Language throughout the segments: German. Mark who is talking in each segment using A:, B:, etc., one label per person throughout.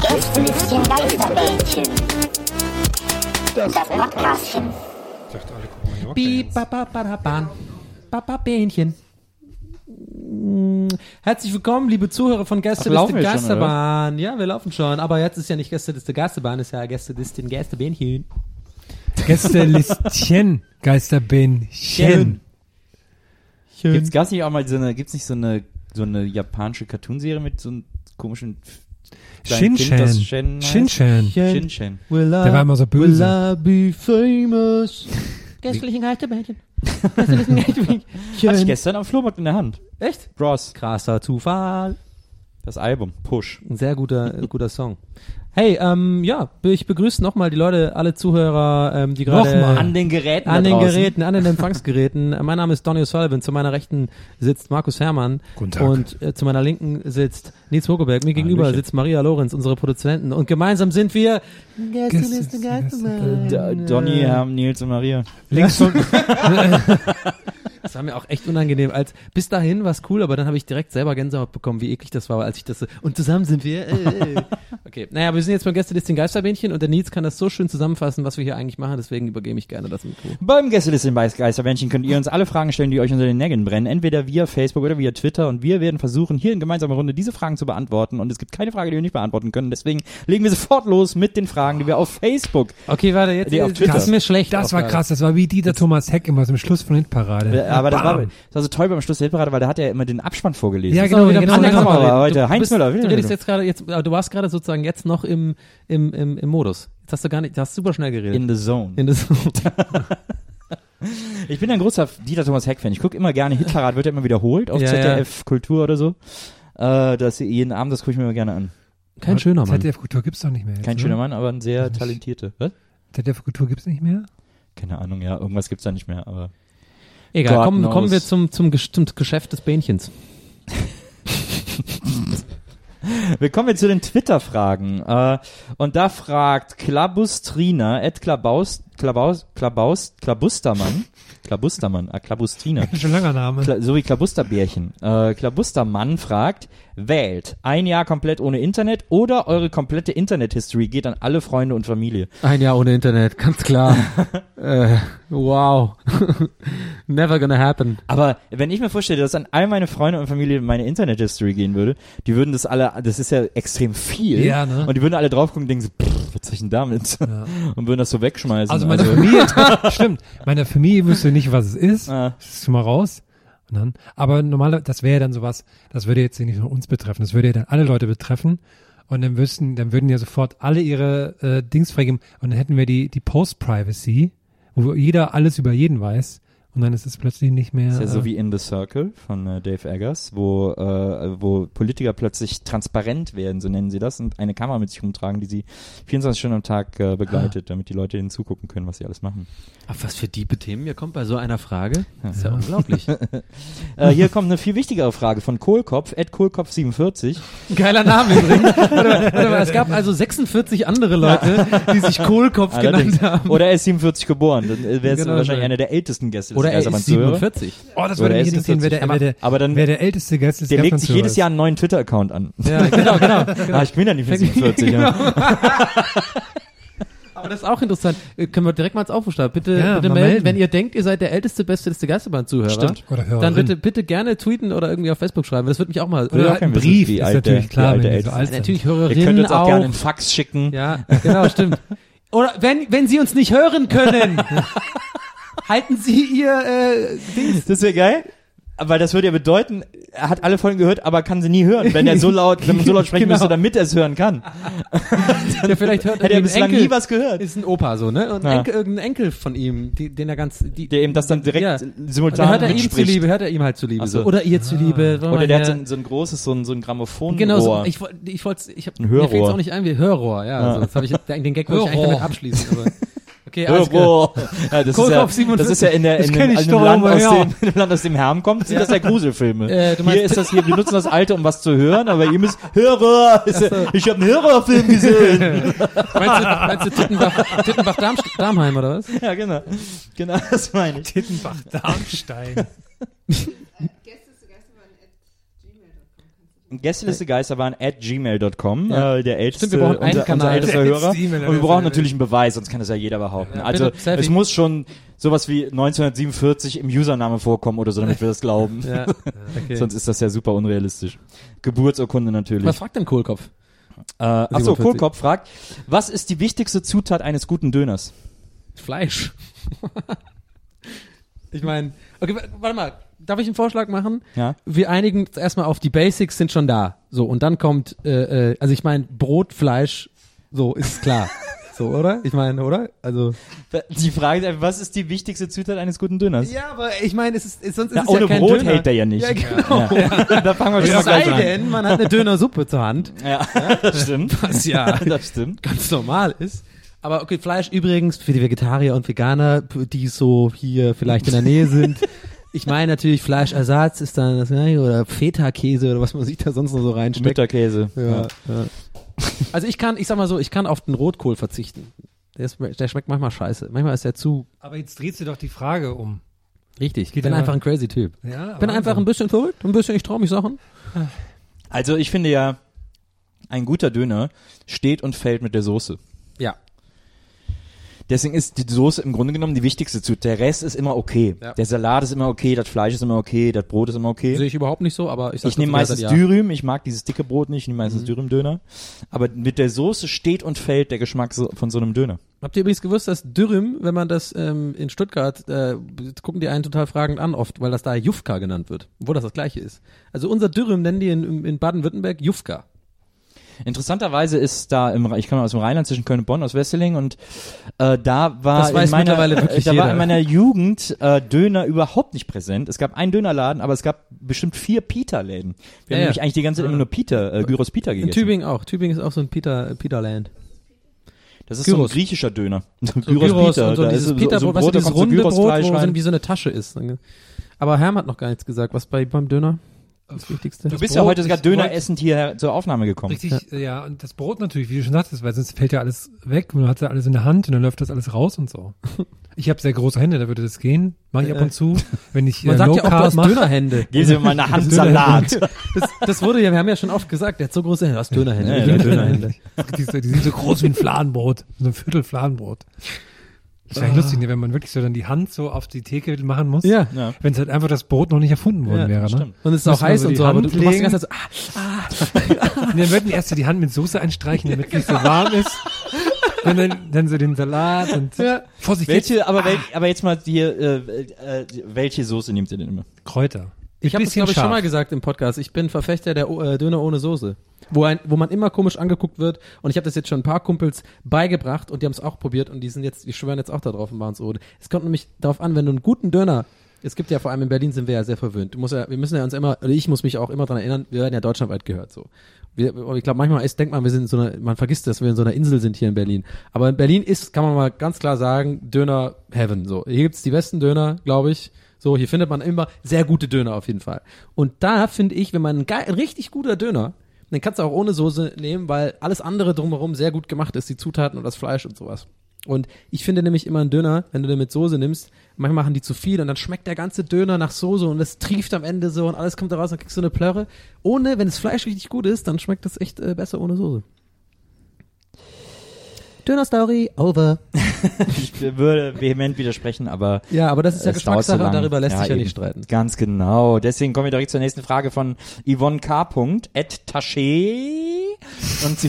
A: Gästelistchen Geisterbähnchen. Unser Podcastchen.
B: Piep, papa, parapan. Papa, Bähnchen. Mm, Herzlich willkommen, liebe Zuhörer von Gästeliste
C: laufen wir schon,
B: Geisterbahn. ja, wir laufen schon, aber jetzt ist ja nicht Gästeliste Geisterbahn, ist ja Gästelistin Gästebähnchen.
D: Gästelistchen, Geisterbähnchen.
C: Gibt's
B: Mhm.
C: gab's nicht auch mal so eine, gibt's nicht so eine, so eine japanische Cartoonserie mit so einem komischen kleinen Kind, das Shen
D: Shinchen.
C: heißt?
D: Shinchen.
C: Shinchen.
B: Will
D: Der war immer so böse.
B: I be famous? Gästelisten Geisterbähnchen. Gästelisten
C: Hatte ich
B: Geisterbähnchen.
C: gestern am Flohmarkt in der Hand.
B: Echt?
C: Bros.
B: Krasser Zufall.
C: Das Album. Push.
B: Ein sehr guter, äh, guter Song. Hey, ähm, ja, ich begrüße nochmal die Leute, alle Zuhörer, ähm, die gerade
D: Nochmal.
C: An den Geräten
B: An
C: da
B: den
C: draußen.
B: Geräten, an den Empfangsgeräten. Äh, mein Name ist Donny O'Sullivan. Zu meiner Rechten sitzt Markus Herrmann.
D: Guten Tag.
B: Und äh, zu meiner Linken sitzt Nils Hogeberg. Mir gegenüber
C: Hallöchen.
B: sitzt Maria Lorenz, unsere Produzenten. Und gemeinsam sind wir
D: Gästeliste, Geisterbahn.
C: Da- Donny, Herm, Nils und Maria.
D: Links unten.
B: Das war mir auch echt unangenehm. Als bis dahin war es cool, aber dann habe ich direkt selber Gänsehaut bekommen, wie eklig das war, als ich das. so- Und zusammen sind wir. Äh, äh. okay. Naja, wir sind jetzt beim Gästelistchen Geisterbähnchen und der Nils kann das so schön zusammenfassen, was wir hier eigentlich machen. Deswegen übergebe ich gerne das Mikro.
C: Beim Gästeliste bei Geistermännchen könnt ihr uns alle Fragen stellen, die euch unter den Nägeln brennen. Entweder via Facebook oder via Twitter. Und wir werden versuchen, hier in gemeinsamer Runde diese Fragen zu beantworten. Und es gibt keine Frage, die wir nicht beantworten können. Deswegen legen wir sofort los mit den Fragen, die wir auf Facebook
B: Okay, warte, jetzt
C: Nee, auf
B: jetzt-
C: Twitter.
B: das ist mir schlecht.
D: Das
B: auch
D: war
B: gerade.
D: krass, das war wie Dieter Thomas Heck immer zum Schluss von Hitparade.
C: Äh, Aber das war,
D: Bam.
C: das war so toll beim Schluss der Hitparade, weil da hat er immer den Abspann vorgelesen.
D: Ja,
C: Das
D: genau,
B: wieder
D: genau,
B: ein bisschen
D: genau.
C: langsamer.
B: langsamer.
C: aber heute
B: Du
C: Heinz
B: bist-
C: Müller,
B: Du
C: wieder
B: redest
C: du.
B: jetzt gerade, jetzt, äh, du warst gerade sozusagen jetzt noch im, im, im, im Modus. Jetzt hast du gar nicht, du hast super schnell
C: ist
B: geredet.
C: In the zone.
B: In das,
C: Ich bin ein großer Dieter Thomas Heck-Fan. Ich gucke immer gerne Hitparade, wird ja immer wiederholt auf
B: Ja, ja.
C: ZDF Kultur oder so. Äh, das jeden Abend, das gucke ich mir immer gerne an.
B: kein schöner Mann.
D: ZDF Kultur gibt's doch nicht mehr. jetzt,
B: Mhm.
C: Kein
D: oder?
C: schöner Mann, aber ein sehr
D: Das-
C: talentierter. Was?
D: ZDF Kultur gibt's nicht mehr?
C: Keine Ahnung, ja, irgendwas gibt's da nicht mehr, aber.
B: Egal,
C: God
B: kommen, kommen
C: knows.
B: wir zum, zum, Gesch- zum Geschäft des Bähnchens.
C: Willkommen wir zu den Twitter-Fragen. Äh, und da fragt Klabustrina, at Klabaus, Klabaus, Klabaus, Klabustermann, Klabustermann, ah, Klabustrina.
D: Schon langer Name.
C: Kla so wie Klabusterbärchen. Äh, Klabustermann fragt, wählt ein Jahr komplett ohne Internet oder eure komplette Internet-History geht an alle Freunde und Familie.
B: Ein Jahr ohne Internet, ganz klar. äh, wow. Never gonna happen.
C: Aber wenn ich mir vorstelle, dass an all meine Freunde und Familie meine Internet-History gehen würde, die würden das alle, das ist ja extrem viel.
D: Ja, ne?
C: Und die würden alle drauf gucken und denken so, pff, was soll ich denn damit? Und würden das so wegschmeißen.
D: Also meine Familie, stimmt, meine Familie wüsste nicht, was es ist.
C: Ah.
D: Das ist schon mal raus. Und dann, aber normaler, das wäre ja dann sowas, das würde jetzt nicht nur uns betreffen, das würde ja dann alle Leute betreffen. Und dann wüssten, dann würden ja sofort alle ihre äh, Dings freigeben. Und dann hätten wir die, die Post-Privacy, wo jeder alles über jeden weiß. Und dann ist es plötzlich nicht mehr.
C: Das ist ja
D: äh,
C: so wie in The Circle von äh, Dave Eggers, wo, äh, wo Politiker plötzlich transparent werden, so nennen sie das, und eine Kamera mit sich rumtragen, die sie 24 Stunden am Tag äh, begleitet, damit die Leute ihnen zugucken können, was sie alles machen.
B: Auf was für diebe Themen ihr kommt bei so einer Frage? Das ist ja unglaublich.
C: Äh, hier kommt eine viel wichtigere Frage von Kohlkopf, at Kohlkopf47.
B: Geiler Name übrigens. Warte mal, warte mal, es gab also 46 andere Leute, die sich Kohlkopf genannt
C: Allerdings.
B: haben.
C: Oder er ist 47 geboren, dann äh, wäre es
B: Genau,
C: wahrscheinlich
B: nein.
C: einer der ältesten Gäste. des
B: Oder er ist
C: Geistermanns Zuhörer.
B: 47.
D: oh, das
C: Oder
D: würde
C: er
D: mich
C: ist
D: interessieren, wer der, wer
C: 47.
D: der,
C: Aber dann-
D: wer der älteste Gast ist.
C: Der legt sich jedes Jahr einen neuen Twitter-Account an.
B: Ja, genau, genau.
C: Ah, ich bin ja nicht mehr 47. ja.
B: Aber das ist auch interessant. Äh, Können wir direkt mal ins Aufrufen Bitte,
D: Ja,
B: bitte
D: mal
B: melden,
D: melden.
B: wenn ihr denkt, ihr seid der älteste, beste Liste Geisterbahn-Zuhörer.
C: Stimmt.
D: Oder Hörerin.
B: Dann bitte, bitte gerne tweeten oder irgendwie auf Facebook schreiben. Das würde mich auch mal.
C: Ja,
D: Oder halt ein
C: kein Wissen,
D: Brief,
C: wie
D: ist
C: alt der-
D: natürlich
C: wie
D: klar,
C: alt
D: wenn
C: der
D: die so
C: Älteste
D: alt
C: ist.
D: sind.
B: natürlich
C: Ihr könnt
B: Hörerinnen
C: uns auch,
B: auch.
C: gerne einen Fax schicken.
B: ja, genau, stimmt. Oder wenn, wenn sie uns nicht hören können, halten sie ihr äh, Ding.
C: Das wäre geil. Weil das würde ja bedeuten, er hat alle Folgen gehört, aber kann sie nie hören, wenn er so laut, wenn man so laut sprechen
B: Genau.
C: müsste, damit er es hören kann.
B: Der vielleicht hört
C: Hätte er
B: irgendwie ein
C: bislang
B: Enkel,
C: nie was gehört.
B: Ist ein Opa so, ne? Und ein
C: Ja.
B: Enkel, irgendein Enkel von ihm, die, den er ganz. Die,
C: Der eben das dann direkt
B: Ja. Und dann
C: simultan
B: hört er ihm
C: mitspricht.
B: zuliebe, hört er ihm halt zuliebe.
C: Ach so.
B: So. Oder ihr zuliebe. wollen wir
C: Oder der hat
B: hier-
C: so ein, so ein großes, so ein, so ein Grammophonrohr.
B: Genau, so, ich, woll- ich wollte ich hab,
C: Ein
B: mir fehlt's
C: Hörrohr.
B: auch nicht ein, wie Hörrohr, ja. Also, das hab ich, den Gag wollte ich eigentlich
D: Hörrohr.
B: damit abschließen. Aber, okay, alles klar.
C: Hörrohr. Äh, Ja, das, ist
B: Kurz
C: ja,
B: auf 47.
C: das ist ja in, der,
D: Das
C: in,
D: kenn
C: dem,
D: ich
C: in, dem
D: doch
C: Land, aus
D: irgendwoher.
C: dem, in dem Land, aus dem Herm kommt, sind das ja Gruselfilme.
B: Äh, du meinst-
C: hier ist das, hier wir benutzen das Alte, um was zu hören, aber ihr müsst Hörrohr. Ist ja, ich habe einen Hörrohrfilm gesehen.
B: Meinst du, meinst du Tittenbach, Tittenbach Darm, Darmheim oder was?
C: ja, genau. Genau, das meine ich.
D: Tittenbach, Darmstein.
C: Gästeliste Geisterbahn at gmail.com,
B: Ja.
C: äh, der älteste,
B: wir brauchen einen
C: unser, unser
B: Kanal.
C: ältester
D: Der
C: Hörer.
D: älteste E-Mail-Adresse.
C: Und wir brauchen natürlich einen Beweis, sonst kann das ja jeder behaupten. also
B: bitte, Selfie.
C: es muss schon sowas wie 1947 im Username vorkommen oder so, damit wir das glauben.
B: Ja, okay.
C: Sonst ist das ja super unrealistisch. Geburtsurkunde natürlich.
B: was fragt denn Kohlkopf?
C: Äh, achso,
B: 47.
C: Kohlkopf fragt, was ist die wichtigste Zutat eines guten Döners?
B: Fleisch. ich meine, okay, wa- warte mal. Darf ich einen Vorschlag machen?
C: Ja.
B: Wir einigen uns erstmal auf die Basics sind schon da. So, und dann kommt, äh, äh, also ich meine, Brot, Fleisch, so, ist klar. so, oder? Ich meine, oder? Also.
C: Die Frage ist einfach, was ist die wichtigste Zutat eines guten Döners?
B: Ja, aber ich meine, es ist, es- sonst ist
C: Na,
B: es
C: ohne
B: ja kein
C: Brot
B: Döner.
C: hält er ja nicht.
B: Ja, genau.
C: Da fangen wir schon mal
B: Es sei
C: gleich an.
B: denn, man hat eine Dönersuppe zur Hand,
C: Ja, das stimmt.
B: was ja
C: Das stimmt.
B: ganz normal ist. Aber okay, Fleisch übrigens für die Vegetarier und Veganer, die so hier vielleicht in der Nähe sind. Ich meine natürlich Fleischersatz ist dann das ne, oder Feta-Käse oder was man sich da sonst noch so reinsteckt.
C: Mütterkäse.
B: Ja, ja. Also ich kann, ich sag mal so, ich kann auf den Rotkohl verzichten. Der, ist, der schmeckt manchmal scheiße. Manchmal ist er zu
D: Aber jetzt dreht sie doch die Frage um.
B: richtig. Ich
D: Geht
B: bin
D: aber-
B: einfach ein crazy Typ.
D: Ja,
B: Ich bin einfach ein bisschen verrückt, ein bisschen, ich trau mich Sachen.
C: Also ich finde ja, ein guter Döner steht und fällt mit der Soße.
B: Ja.
C: Deswegen ist die Soße im Grunde genommen die wichtigste Zutat. Der Rest ist immer okay.
B: Ja.
C: Der Salat ist immer okay, das Fleisch ist immer okay, das Brot ist immer okay.
B: Sehe ich überhaupt nicht so, aber ich sag
C: Ich nehme
B: trotzdem,
C: meistens
B: ja. Mhm.
C: Dürüm, ich mag dieses dicke Brot nicht, ich nehme meistens Dürüm-Döner. Aber mit der Soße steht und fällt der Geschmack so, von so einem Döner.
B: Habt ihr übrigens gewusst, dass Dürüm, wenn man das ähm, in Stuttgart, äh, gucken die einen total fragend an oft, weil das da Jufka genannt wird, obwohl das das gleiche ist. Also unser Dürüm nennen die in, in Baden-Württemberg Jufka.
C: Interessanterweise ist da im, Rhe- ich komme aus dem Rheinland zwischen Köln und Bonn, aus Wesseling und äh, da war
B: Das weiß
C: in meiner, äh,
B: mittlerweile wirklich
C: da war
B: jeder.
C: in meiner Jugend äh, Döner überhaupt nicht präsent. Es gab einen Dönerladen, aber es gab bestimmt vier Pita-Läden. Wir
B: Ja,
C: haben
B: ja.
C: nämlich eigentlich die ganze Zeit immer nur Pita, äh, Gyros Pita
B: In
C: gegessen.
B: Tübingen auch. Tübingen ist auch so ein Peter, äh, Peterland.
C: Das ist
B: Gyros.
C: so ein griechischer Döner.
B: So Gyros und so
C: da
B: dieses
C: ist
B: Peterbrot,
C: ein
B: weißt du,
C: da
B: dieses
C: kommt so
B: runde Brot, wo
C: Gyrosfleisch rein.
B: so wie so eine Tasche ist. Aber Herm hat noch gar nichts gesagt, was bei beim Döner das Wichtigste.
C: Du bist ja heute sogar
D: Ich
C: Döner
D: wollte-
C: essend hierher zur Aufnahme gekommen.
D: Richtig, ja. ja, und das Brot natürlich, wie du schon sagtest, weil sonst fällt ja alles weg und man hat ja alles in der Hand und dann läuft das alles raus und so. Ich habe sehr große Hände, da würde das gehen. Mache ich ab und zu, wenn ich
B: Man
D: äh,
B: sagt
D: Low
B: ja auch, du
D: Carb
B: hast
D: mache.
B: Dönerhände.
C: Geben Sie mir mal eine Hand Salat.
B: Das, das wurde ja, wir haben ja schon oft gesagt, der hat so große Hände. Du hast Dönerhände.
C: Ja, ja,
B: Ich liebe
C: Dönerhände.
D: Die, so- die sind so groß wie ein Fladenbrot, so ein Viertel Fladenbrot. Das ist eigentlich lustig, ne, wenn man wirklich so dann die Hand so auf die Theke machen muss.
B: Ah. Ja.
C: Ja.
D: Wenn es halt einfach das Brot noch nicht erfunden worden
B: Ja,
D: wäre. Ne?
C: stimmt.
B: Und es ist auch
D: Müssen wir
B: heiß
D: so
B: und
D: die
B: so, aber du,
D: Hand
B: du machst die
D: legen.
B: ganze Zeit so, ah,
D: Und dann würden die erst so die Hand mit Soße einstreichen, damit es
B: genau.
D: nicht so warm ist. Und dann, dann so den Salat und
B: Ja.
D: Vorsicht, jetzt
C: Welche, aber, wel, aber jetzt mal hier, äh, äh, welche Soße nehmt ihr denn immer?
D: Kräuter.
B: Ich habe das,
D: Bisschen
B: glaube ich, schon
D: scharf.
B: mal gesagt im Podcast. Ich bin Verfechter der O- äh, Döner ohne Soße. Wo, ein, wo man immer komisch angeguckt wird. Und ich habe das jetzt schon ein paar Kumpels beigebracht und die haben es auch probiert und die sind jetzt, die schwören jetzt auch da drauf und machen es ohne. Es kommt nämlich darauf an, wenn du einen guten Döner. Es gibt ja vor allem in Berlin sind wir ja sehr verwöhnt. Du musst ja, wir müssen ja uns immer, oder ich muss mich auch immer dran erinnern, wir werden ja deutschlandweit gehört so. Wir, und ich glaube, manchmal ist, denkt man, wir sind in so einer, man vergisst, dass wir in so einer Insel sind hier in Berlin. Aber in Berlin ist, kann man mal ganz klar sagen, Döner Heaven. So, hier gibt's die besten Döner, glaube ich. So, hier findet man immer sehr gute Döner auf jeden Fall. Und da finde ich, wenn man ein, geil, ein richtig guter Döner, dann kannst du auch ohne Soße nehmen, weil alles andere drumherum sehr gut gemacht ist, die Zutaten und das Fleisch und sowas. Und ich finde nämlich immer einen Döner, wenn du den mit Soße nimmst, manchmal machen die zu viel und dann schmeckt der ganze Döner nach Soße und es trieft am Ende so und alles kommt da raus, dann kriegst du eine Plörre. Ohne, wenn das Fleisch richtig gut ist, dann schmeckt das echt äh, besser ohne Soße. Döner-Story, over.
C: Ich würde vehement widersprechen, aber
B: Ja, aber das ist ja
C: Es dauert
B: Geschmackssache,
C: lang.
B: darüber lässt sich ja
C: eben.
B: nicht streiten.
C: Ganz genau. Deswegen kommen wir direkt zur nächsten Frage von Yvonne K. at Taché. Und sie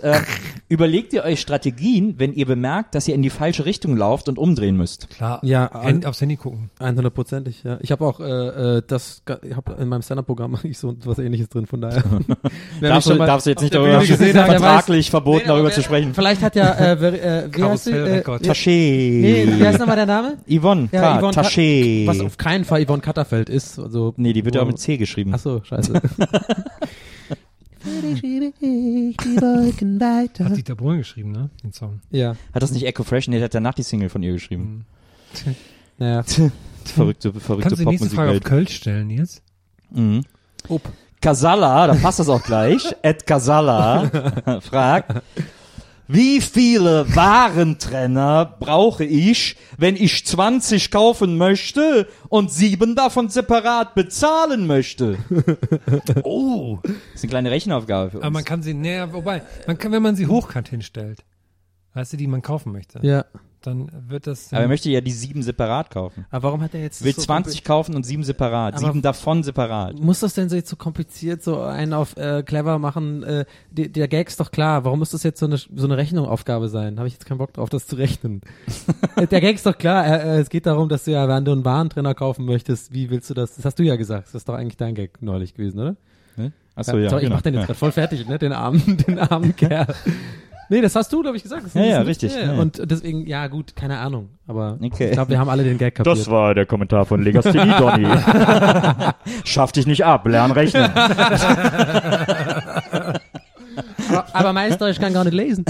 C: äh, überlegt ihr euch Strategien, wenn ihr bemerkt, dass ihr in die falsche Richtung lauft und umdrehen müsst?
D: Klar,
B: Ja,
D: Hand aufs Handy gucken.
B: 100%ig, ja. Ich habe auch äh, äh, das, ga- ich habe in meinem Stand-Up-Programm eigentlich so was ähnliches drin, von daher. Wer mich
C: Darfst du,
B: schon mal
C: darfst du jetzt
B: auf
C: nicht
B: der
C: darüber
B: Bühne gesehen hat, der
C: vertraglich verboten,
B: Nee,
C: darüber
B: aber
C: zu sprechen.
B: Vielleicht hat ja, äh, wer, äh, wie heißt sie? Äh,
D: Karussellrekord.
C: Taché.
B: nee, wie heißt nochmal der Name?
C: Yvonne K.
B: Ja, Yvonne Ka-
C: Taché.
B: Was auf keinen Fall Yvonne Katterfeld ist. Also,
C: nee, die wird ja auch mit C geschrieben.
B: Ach so, scheiße. Würde schiebe ich die Wolken weiter.
D: Hat Dieter Bohlen geschrieben, ne? Den Song.
B: Ja,
C: Hat das nicht Echo Fresh? Nee, der hat danach die Single von ihr
B: Hm.
C: geschrieben.
B: naja.
C: Verrückte, verrückte
D: Kannst du die nächste Frage auf
C: Popmusikwelt.
D: Kölsch stellen, Nils?
C: Mhm.
B: Ob.
C: Casala, da passt das auch gleich, Ed Casala fragt, wie viele Warentrenner brauche ich, wenn ich 20 kaufen möchte und sieben davon separat bezahlen möchte? oh, das ist eine kleine Rechenaufgabe für uns.
D: Aber man kann sie, naja, wobei, man kann, wenn man sie hochkant hinstellt, weißt du, die man kaufen möchte,
B: Ja.
D: dann wird das.
C: Aber er möchte ja die sieben separat kaufen.
B: Aber warum hat er jetzt
C: Will
B: so
C: 20 kaufen und sieben separat,
B: Aber-
C: sieben davon separat.
B: kompli- Muss das denn so jetzt so kompliziert, so einen auf äh, clever machen? Äh, die, der Gag ist doch klar. Warum muss das jetzt so eine, so eine Rechnungsaufgabe sein? Habe ich jetzt keinen Bock drauf, das zu rechnen. Äh, der Gag ist doch klar. Äh, äh, es geht darum, dass du ja, wenn du einen Warentrenner kaufen möchtest, wie willst du das? Das hast du ja gesagt. Das ist doch eigentlich dein Gag neulich gewesen, oder?
C: Achso, ja.
B: Sorry, ich
C: genau.
B: mach den jetzt
C: Ja.
B: gerade voll fertig, ne? Den armen, den armen Kerl. Nee, das hast du, glaube ich, gesagt. Das
C: Ja, ja,
B: ist-
C: richtig, ja, ja.
B: Und deswegen, ja gut, keine Ahnung. Aber
C: Okay.
B: ich glaube, wir haben alle den Gag kapiert.
E: Das war der Kommentar von Legasthenie, Donny. Schaff dich nicht ab, lern rechnen.
B: aber, aber Meister, ich kann gar nicht lesen.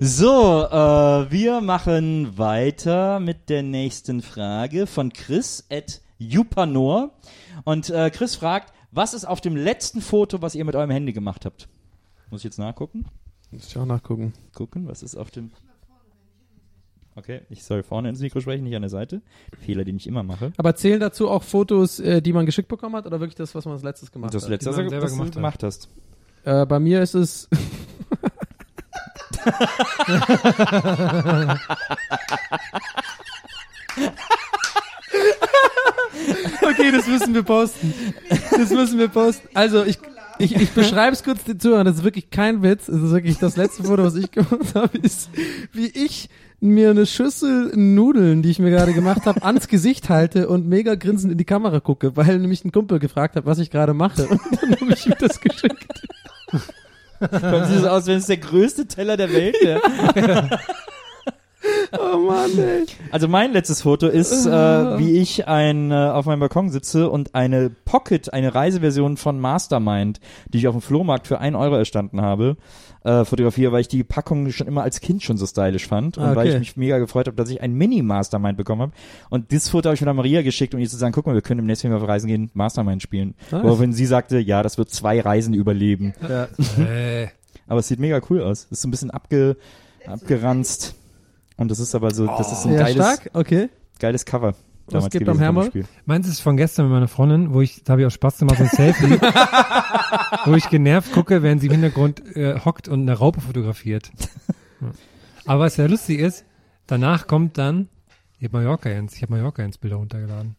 C: So, äh, wir machen weiter mit der nächsten Frage von Chris at Jupanor. Und äh, Chris fragt, was ist auf dem letzten Foto, was ihr mit eurem Handy gemacht habt? Muss ich jetzt nachgucken?
B: Muss ich auch nachgucken.
C: Gucken, was ist auf dem... Okay, ich soll vorne ins Mikro sprechen, nicht an der Seite. Fehler, den ich immer mache.
B: Aber zählen dazu auch Fotos, äh, die man geschickt bekommen hat oder wirklich das, was man als letztes gemacht
C: Das
B: hat?
C: letzte,
D: man selber
C: was du
D: gemacht hat.
C: gemacht hast.
B: Äh, bei mir ist es. okay, das müssen wir posten. Das müssen wir posten. Also ich. Ich, ich beschreibe es kurz den Zuhörern, das ist wirklich kein Witz. Es ist wirklich das letzte Foto, was ich gemacht habe, ist, wie ich mir eine Schüssel Nudeln, die ich mir gerade gemacht habe, ans Gesicht halte und mega grinsend in die Kamera gucke, weil nämlich ein Kumpel gefragt hat, was ich gerade mache. Und dann habe ich ihm das geschickt.
C: Kommt sieht es aus, wenn es der größte Teller der Welt wäre.
B: Oh Mann, ey.
C: Also mein letztes Foto ist, äh, wie ich ein, äh, auf meinem Balkon sitze und eine Pocket, eine Reiseversion von Mastermind, die ich auf dem Flohmarkt für 1 Euro erstanden habe, äh, fotografiere, weil ich die Packung schon immer als Kind schon so stylisch fand und
B: Ah,
C: weil ich
B: okay.
C: mich mega gefreut habe, dass ich ein Mini-Mastermind bekommen habe. Und dieses Foto habe ich mit der Maria geschickt, um ihr zu sagen, guck mal, wir können demnächst, wenn wir auf Reisen gehen, Mastermind spielen.
B: Nice.
C: Woraufhin sie sagte, ja, das wird zwei Reisen überleben.
D: Äh,
C: Aber es sieht mega cool aus. Ist so ein bisschen abge, abgeranzt. Und das ist aber so, das ist so ein
B: Oh. ja,
C: geiles,
B: stark, okay.
C: geiles Cover. damals
B: gibt
C: gewesen
B: am
C: von dem
B: Hermold?
C: Spiel.
D: meins ist von gestern mit meiner Freundin, wo ich, da habe ich auch Spaß gemacht, so ein Selfie, wo ich genervt gucke, während sie im Hintergrund äh, hockt und eine Raupe fotografiert. Ja. Aber was ja lustig ist, danach kommt dann, ich habe Mallorca Jens, ich habe Mallorca Jens Bilder runtergeladen.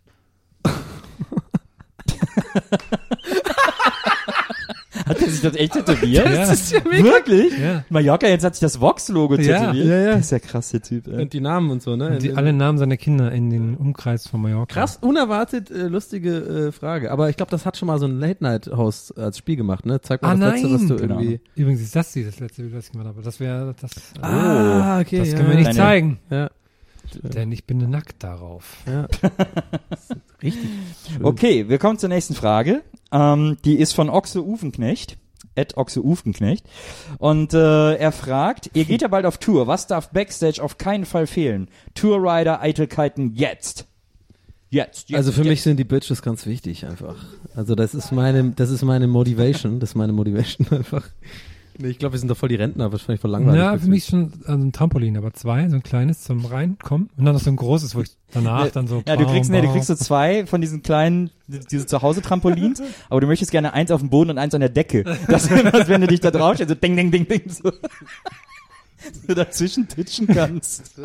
C: Hat er sich das echt tätowiert?
D: Das Ja.
B: ist ja mega.
C: Wirklich?
D: Ja.
C: Mallorca, jetzt hat sich das Vox-Logo
D: Ja,
C: tätowiert.
B: ja, ja.
C: Das ist ja krass, der Typ. Ey.
B: Und die Namen und so, ne?
D: Und die, alle Namen seiner Kinder in den Umkreis von Mallorca.
B: Krass, unerwartet äh, lustige äh, Frage. Aber ich glaube, das hat schon mal so ein Late-Night-Host als Spiel gemacht, ne? Zeig mal
D: Ah,
B: das letzte, was
D: nein.
B: du
C: Keine
B: irgendwie.
D: Übrigens ist das die- das letzte Bild, was ich gemacht habe. Das wäre das. äh,
B: Ah, okay.
D: das
B: ja.
D: können wir nicht
C: Deine-
D: zeigen,
B: Ja,
D: denn ich bin nackt darauf.
B: ja. Richtig.
C: Okay, wir kommen zur nächsten Frage. Ähm, die ist von Ochse Uvenknecht. Ed Ochse Uvenknecht. Und äh, er fragt, ihr geht ja bald auf Tour. Was darf Backstage auf keinen Fall fehlen? Tourrider, Eitelkeiten, jetzt. Jetzt. jetzt
B: Also für
C: jetzt.
B: mich sind die Bitches ganz wichtig einfach. Also das ist meine, das ist meine Motivation, das ist meine Motivation einfach. Nee, ich glaube, wir sind doch voll die Rentner, wahrscheinlich voll langweilig.
D: Na, für mich schon also ein Trampolin, aber zwei, so ein kleines zum Reinkommen und dann noch so ein großes, wo ich
B: Ne,
D: danach dann so.
C: Ne, Ja, du
D: bam,
C: kriegst, nee, du
D: bam.
C: kriegst so zwei von diesen kleinen, diese Zuhause-Trampolins, aber du möchtest gerne eins auf dem Boden und eins an der Decke. Das ist was, wenn du dich da draufstellst, so ding, ding, ding, ding, so. so dazwischen titschen kannst.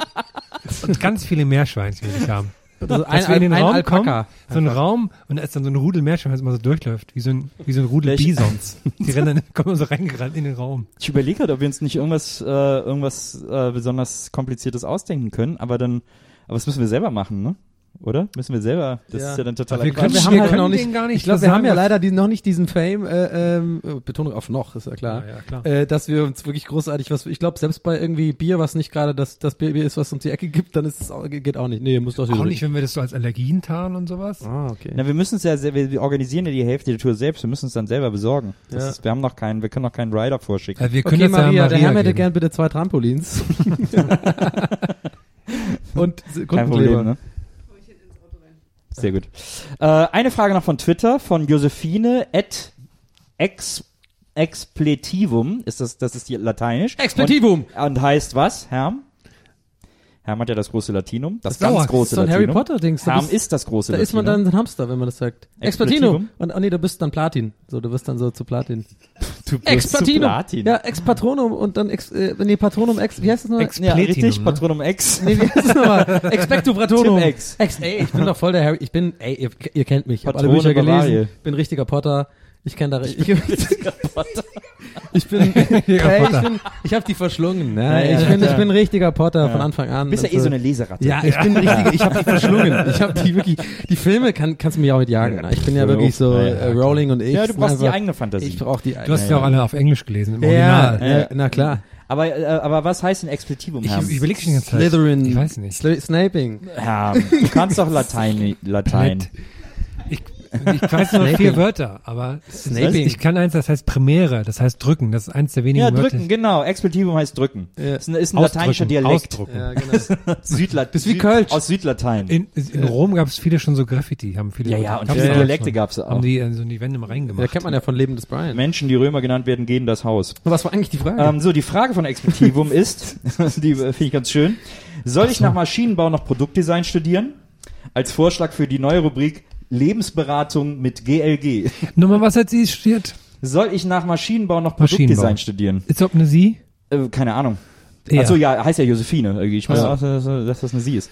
D: und ganz viele Meerschweinchen will ich haben.
B: Also
D: Dass
B: ein,
D: wir in den
B: ein
D: Raum
B: Alpaka.
D: kommen, so ein Raum und da ist dann so ein Rudel Meerschweinchen, was immer so durchläuft, wie so ein, wie so ein Rudel
C: Welche-
D: Bisons. Die rennen dann, kommen so reingerannt in den Raum.
C: Ich überlege halt, ob wir uns nicht irgendwas, äh, irgendwas äh, besonders Kompliziertes ausdenken können, aber dann, aber das müssen wir selber machen, ne? Oder? Müssen wir selber, das
B: Ja.
C: ist ja dann total
D: Aber wir
C: einfach.
B: wir
D: Wir
B: haben halt
D: können
B: noch
D: denen
B: nicht,
D: gar nicht
B: ich glaube, wir haben ja
D: sagen, was-
B: leider die, noch nicht diesen Fame, äh, ähm, äh, Betonung auf noch, ist ja klar,
D: Ja, ja, klar.
B: Äh, dass wir uns wirklich großartig was, ich glaube, selbst bei irgendwie Bier, was nicht gerade das, das Bier ist, was uns die Ecke gibt, dann ist es auch, geht auch nicht. Nee, muss doch
D: Auch nicht, wenn wir das so als Allergien tarnen und sowas. Äh,
B: Ah, okay.
C: Na, wir müssen es ja, sel- wir wir organisieren ja die Hälfte der Tour selbst, wir müssen es dann selber besorgen. Das
B: Ja.
C: ist, wir haben noch keinen, wir können noch keinen Rider vorschicken.
D: Also wir können
B: Okay,
D: das
B: Maria,
D: ja
B: der Herr
D: Maria
B: hätte
D: geben.
B: gern bitte zwei Trampolins. Und
C: Kein Problem, ne? Sehr gut. Äh, eine Frage noch von Twitter von Josephine at ex, expletivum. Ist das, das ist die Lateinisch.
B: Expletivum!
C: Und, und heißt was, Herm? Herm hat ja das große Latinum. Das,
D: Das
C: ganz
D: dauert.
C: große
B: so ein Harry
C: Latinum.
B: Potter-Dings. da
C: Herm
B: bist-
C: ist das große
B: Da ist man
C: Latinum.
B: dann ein Hamster, wenn man das sagt. Explatino.
C: Expletivum?
B: Und oh nee, du bist dann Platin. So, du wirst dann so zu Platin.
C: Du bist
B: Expatino.
C: zu Platin.
B: Ja, Expatronum und dann ex, äh, nee, Patronum ex, wie heißt das nochmal?
D: Ex-
C: ja,
D: Platinum,
C: richtig,
D: ne?
C: Patronum Ex.
B: nee, wie heißt das nochmal? Expecto Patronum.
C: Tim Ex.
B: Ex, ey, ich bin doch voll der Harry, ich bin, ey, ihr, ihr kennt mich. Ich hab alle Bücher
C: Patrone Bavaria.
B: gelesen. Bin richtiger Potter. Ich kenn da richtig. Ich bin, ey, ich
D: Potter.
B: bin, ich hab die verschlungen. Ne?
C: Ja, ja,
B: ich bin,
C: ja.
B: ich bin richtiger Potter von Anfang an.
C: Bist ja
B: und äh,
C: eh so eine Leseratte.
B: ja, ich bin richtig, ich habe die verschlungen. Ich habe die wirklich, die Filme kann, kannst du mich auch mitjagen. Ne? Ich bin ja wirklich so
C: Ja, ja,
B: äh, Rowling und ich.
C: Ja, du brauchst die
B: einfach-
C: eigene Fantasie.
B: Ich brauch die eigene.
D: Du hast ja auch alle auf Englisch gelesen, im
B: ja,
D: Original.
B: ja, na klar.
C: Aber, äh, aber was heißt denn Expletivum,
D: Ich,
C: Herm?
D: ich überlege schon die ganze Zeit.
B: Slytherin.
D: halt. Ich weiß nicht.
B: Sli Snaping.
C: Herm, Ähm, du kannst doch Latein. Latein.
D: Ich, ich weiß nur noch vier Wörter, aber
B: Snaping.
D: ich kann eins, das heißt Premiere, das heißt drücken, das ist eins der wenigen
C: Ja,
D: Wörter.
C: drücken, genau. Expletivum heißt drücken.
B: Ja.
C: Ist ein, ist ein
D: Ausdrücken,
C: lateinischer Dialekt.
D: Ausdrucken.
B: Ja, genau.
C: Südlat
B: Ist wie
C: Süd-
B: Kölsch.
C: Aus Südlatein.
D: In, in Rom gab es viele schon so Graffiti, haben viele
C: ja, ja, und
D: gab's
C: viele
D: auch
C: Dialekte
D: schon.
C: gab's auch.
D: Haben die äh, so in die Wände mal reingemacht.
B: Da kennt man ja von Leben des Brian.
C: Menschen, die Römer genannt werden, gehen das Haus.
B: Was war eigentlich die Frage?
C: Ähm, so, die Frage von Expletivum ist, die äh, finde ich ganz schön, soll ich nach Maschinenbau noch Produktdesign studieren? Als Vorschlag für die neue Rubrik Lebensberatung mit GLG.
D: Nochmal, was hat sie studiert?
C: Soll ich nach Maschinenbau noch
D: Maschinenbau.
C: Produktdesign studieren?
D: Ist ob eine sie?
C: Äh, keine Ahnung.
D: Er.
C: Achso, ja, heißt ja Josephine. Ich weiß
B: Ja.
C: auch, dass, dass das eine sie ist.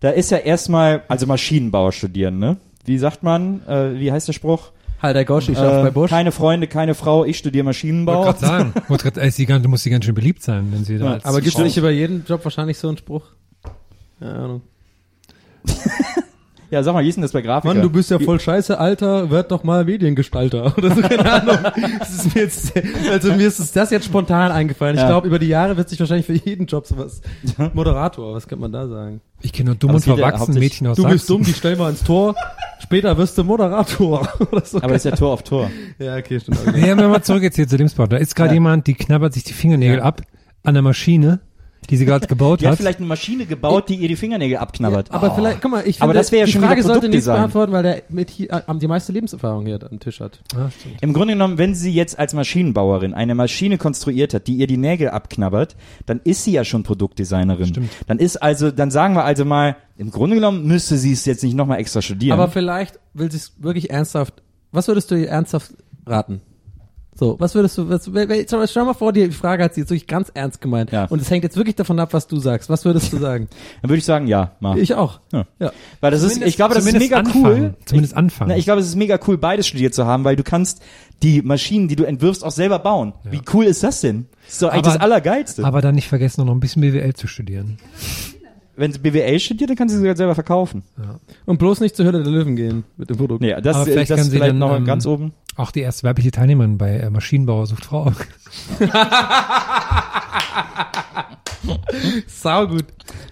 C: Da ist ja erstmal, also Maschinenbauer studieren, ne? Wie sagt man, äh, wie heißt der Spruch?
B: halt der Gosch, ich
C: Äh,
B: äh, bei Busch.
C: Keine Freunde, keine Frau, ich studiere
D: Wollte
C: Maschinenbau.
D: gerade sagen. Wollte grad, ey, ist die ganz, du musst die ganz schön beliebt sein, wenn sie da
C: Ja,
D: als
B: Aber gibt's
C: Frau.
B: nicht über jeden Job wahrscheinlich so einen Spruch? Keine Ahnung.
C: Ja, sag mal, wie ist denn das bei Grafikern?
B: Mann, du bist ja voll scheiße, Alter, werd doch mal Mediengestalter oder so, keine Ahnung. Das ist mir jetzt, also mir ist das jetzt spontan eingefallen. Ich
C: Ja.
B: glaube, über die Jahre wird sich wahrscheinlich für jeden Job sowas. Moderator, was könnte man da sagen?
D: Ich kenne nur dumm
C: Aber
D: und
C: es geht ja
D: verwachsen
C: hauptsächlich-
D: Mädchen aus
B: Du
D: Sachsen.
B: bist dumm, die stellen wir ins Tor, später wirst du Moderator oder so.
C: Aber das ist ja Tor auf Tor.
B: ja, okay, stimmt. Okay.
D: Ja, wenn wir mal zurück jetzt hier zu dem Spot. Da ist gerade
C: Ja.
D: jemand, die knabbert sich die Fingernägel ab an der Maschine, die sie gerade gebaut
C: Die hat
D: hat.
C: vielleicht eine Maschine gebaut, die ihr die Fingernägel abknabbert. Oh.
B: Aber vielleicht, guck mal, ich finde,
C: Aber das wäre ja
B: die
C: schon
B: Frage
C: wieder
B: sollte nicht
C: Produktdesign.
B: beantworten, weil der mit hier, äh, die meiste Lebenserfahrung hier am Tisch hat.
D: Ah, stimmt.
C: Im Grunde genommen, wenn sie jetzt als Maschinenbauerin eine Maschine konstruiert hat, die ihr die Nägel abknabbert, dann ist sie ja schon Produktdesignerin.
D: Stimmt.
C: Dann ist also, dann sagen wir also mal, im Grunde genommen müsste sie es jetzt nicht nochmal extra studieren.
B: Aber vielleicht will sie es wirklich ernsthaft. Was würdest du ihr ernsthaft raten? So, was würdest du, was, wel- wel- schau mal- schau mal vor dir, die Frage hat sie jetzt wirklich ganz ernst gemeint.
C: Ja.
B: Und es hängt jetzt wirklich davon ab, was du sagst. Was würdest du sagen?
C: dann würde ich sagen, ja, mach.
B: Ich auch.
C: Ja.
B: ja.
C: Weil das ist,
D: Zumindest-
C: ich glaube, das ist
D: zumindest
C: mega cool.
D: anfangen. Zumindest
C: ich,
D: anfangen.
C: Na, ich glaube, es ist mega cool, beides studiert zu haben, weil du kannst die Maschinen, die du entwirfst, auch selber bauen. Wie cool ist das denn? Das ist doch eigentlich
D: Aber-
C: das Allergeilste.
D: Aber dann nicht vergessen, noch ein bisschen BWL zu studieren.
C: Wenn sie BWL studiert, dann kann sie sie sogar selber verkaufen.
B: Und bloß nicht zur Hölle der Löwen gehen mit dem Produkt.
C: Nee, das,
D: Aber
C: äh,
D: vielleicht
C: das
D: kann
C: ist
D: sie
C: vielleicht
D: dann,
C: noch
D: ähm,
C: ganz oben.
D: Auch die erste weibliche Teilnehmerin bei äh, Maschinenbauer sucht Frau.
B: Sau gut.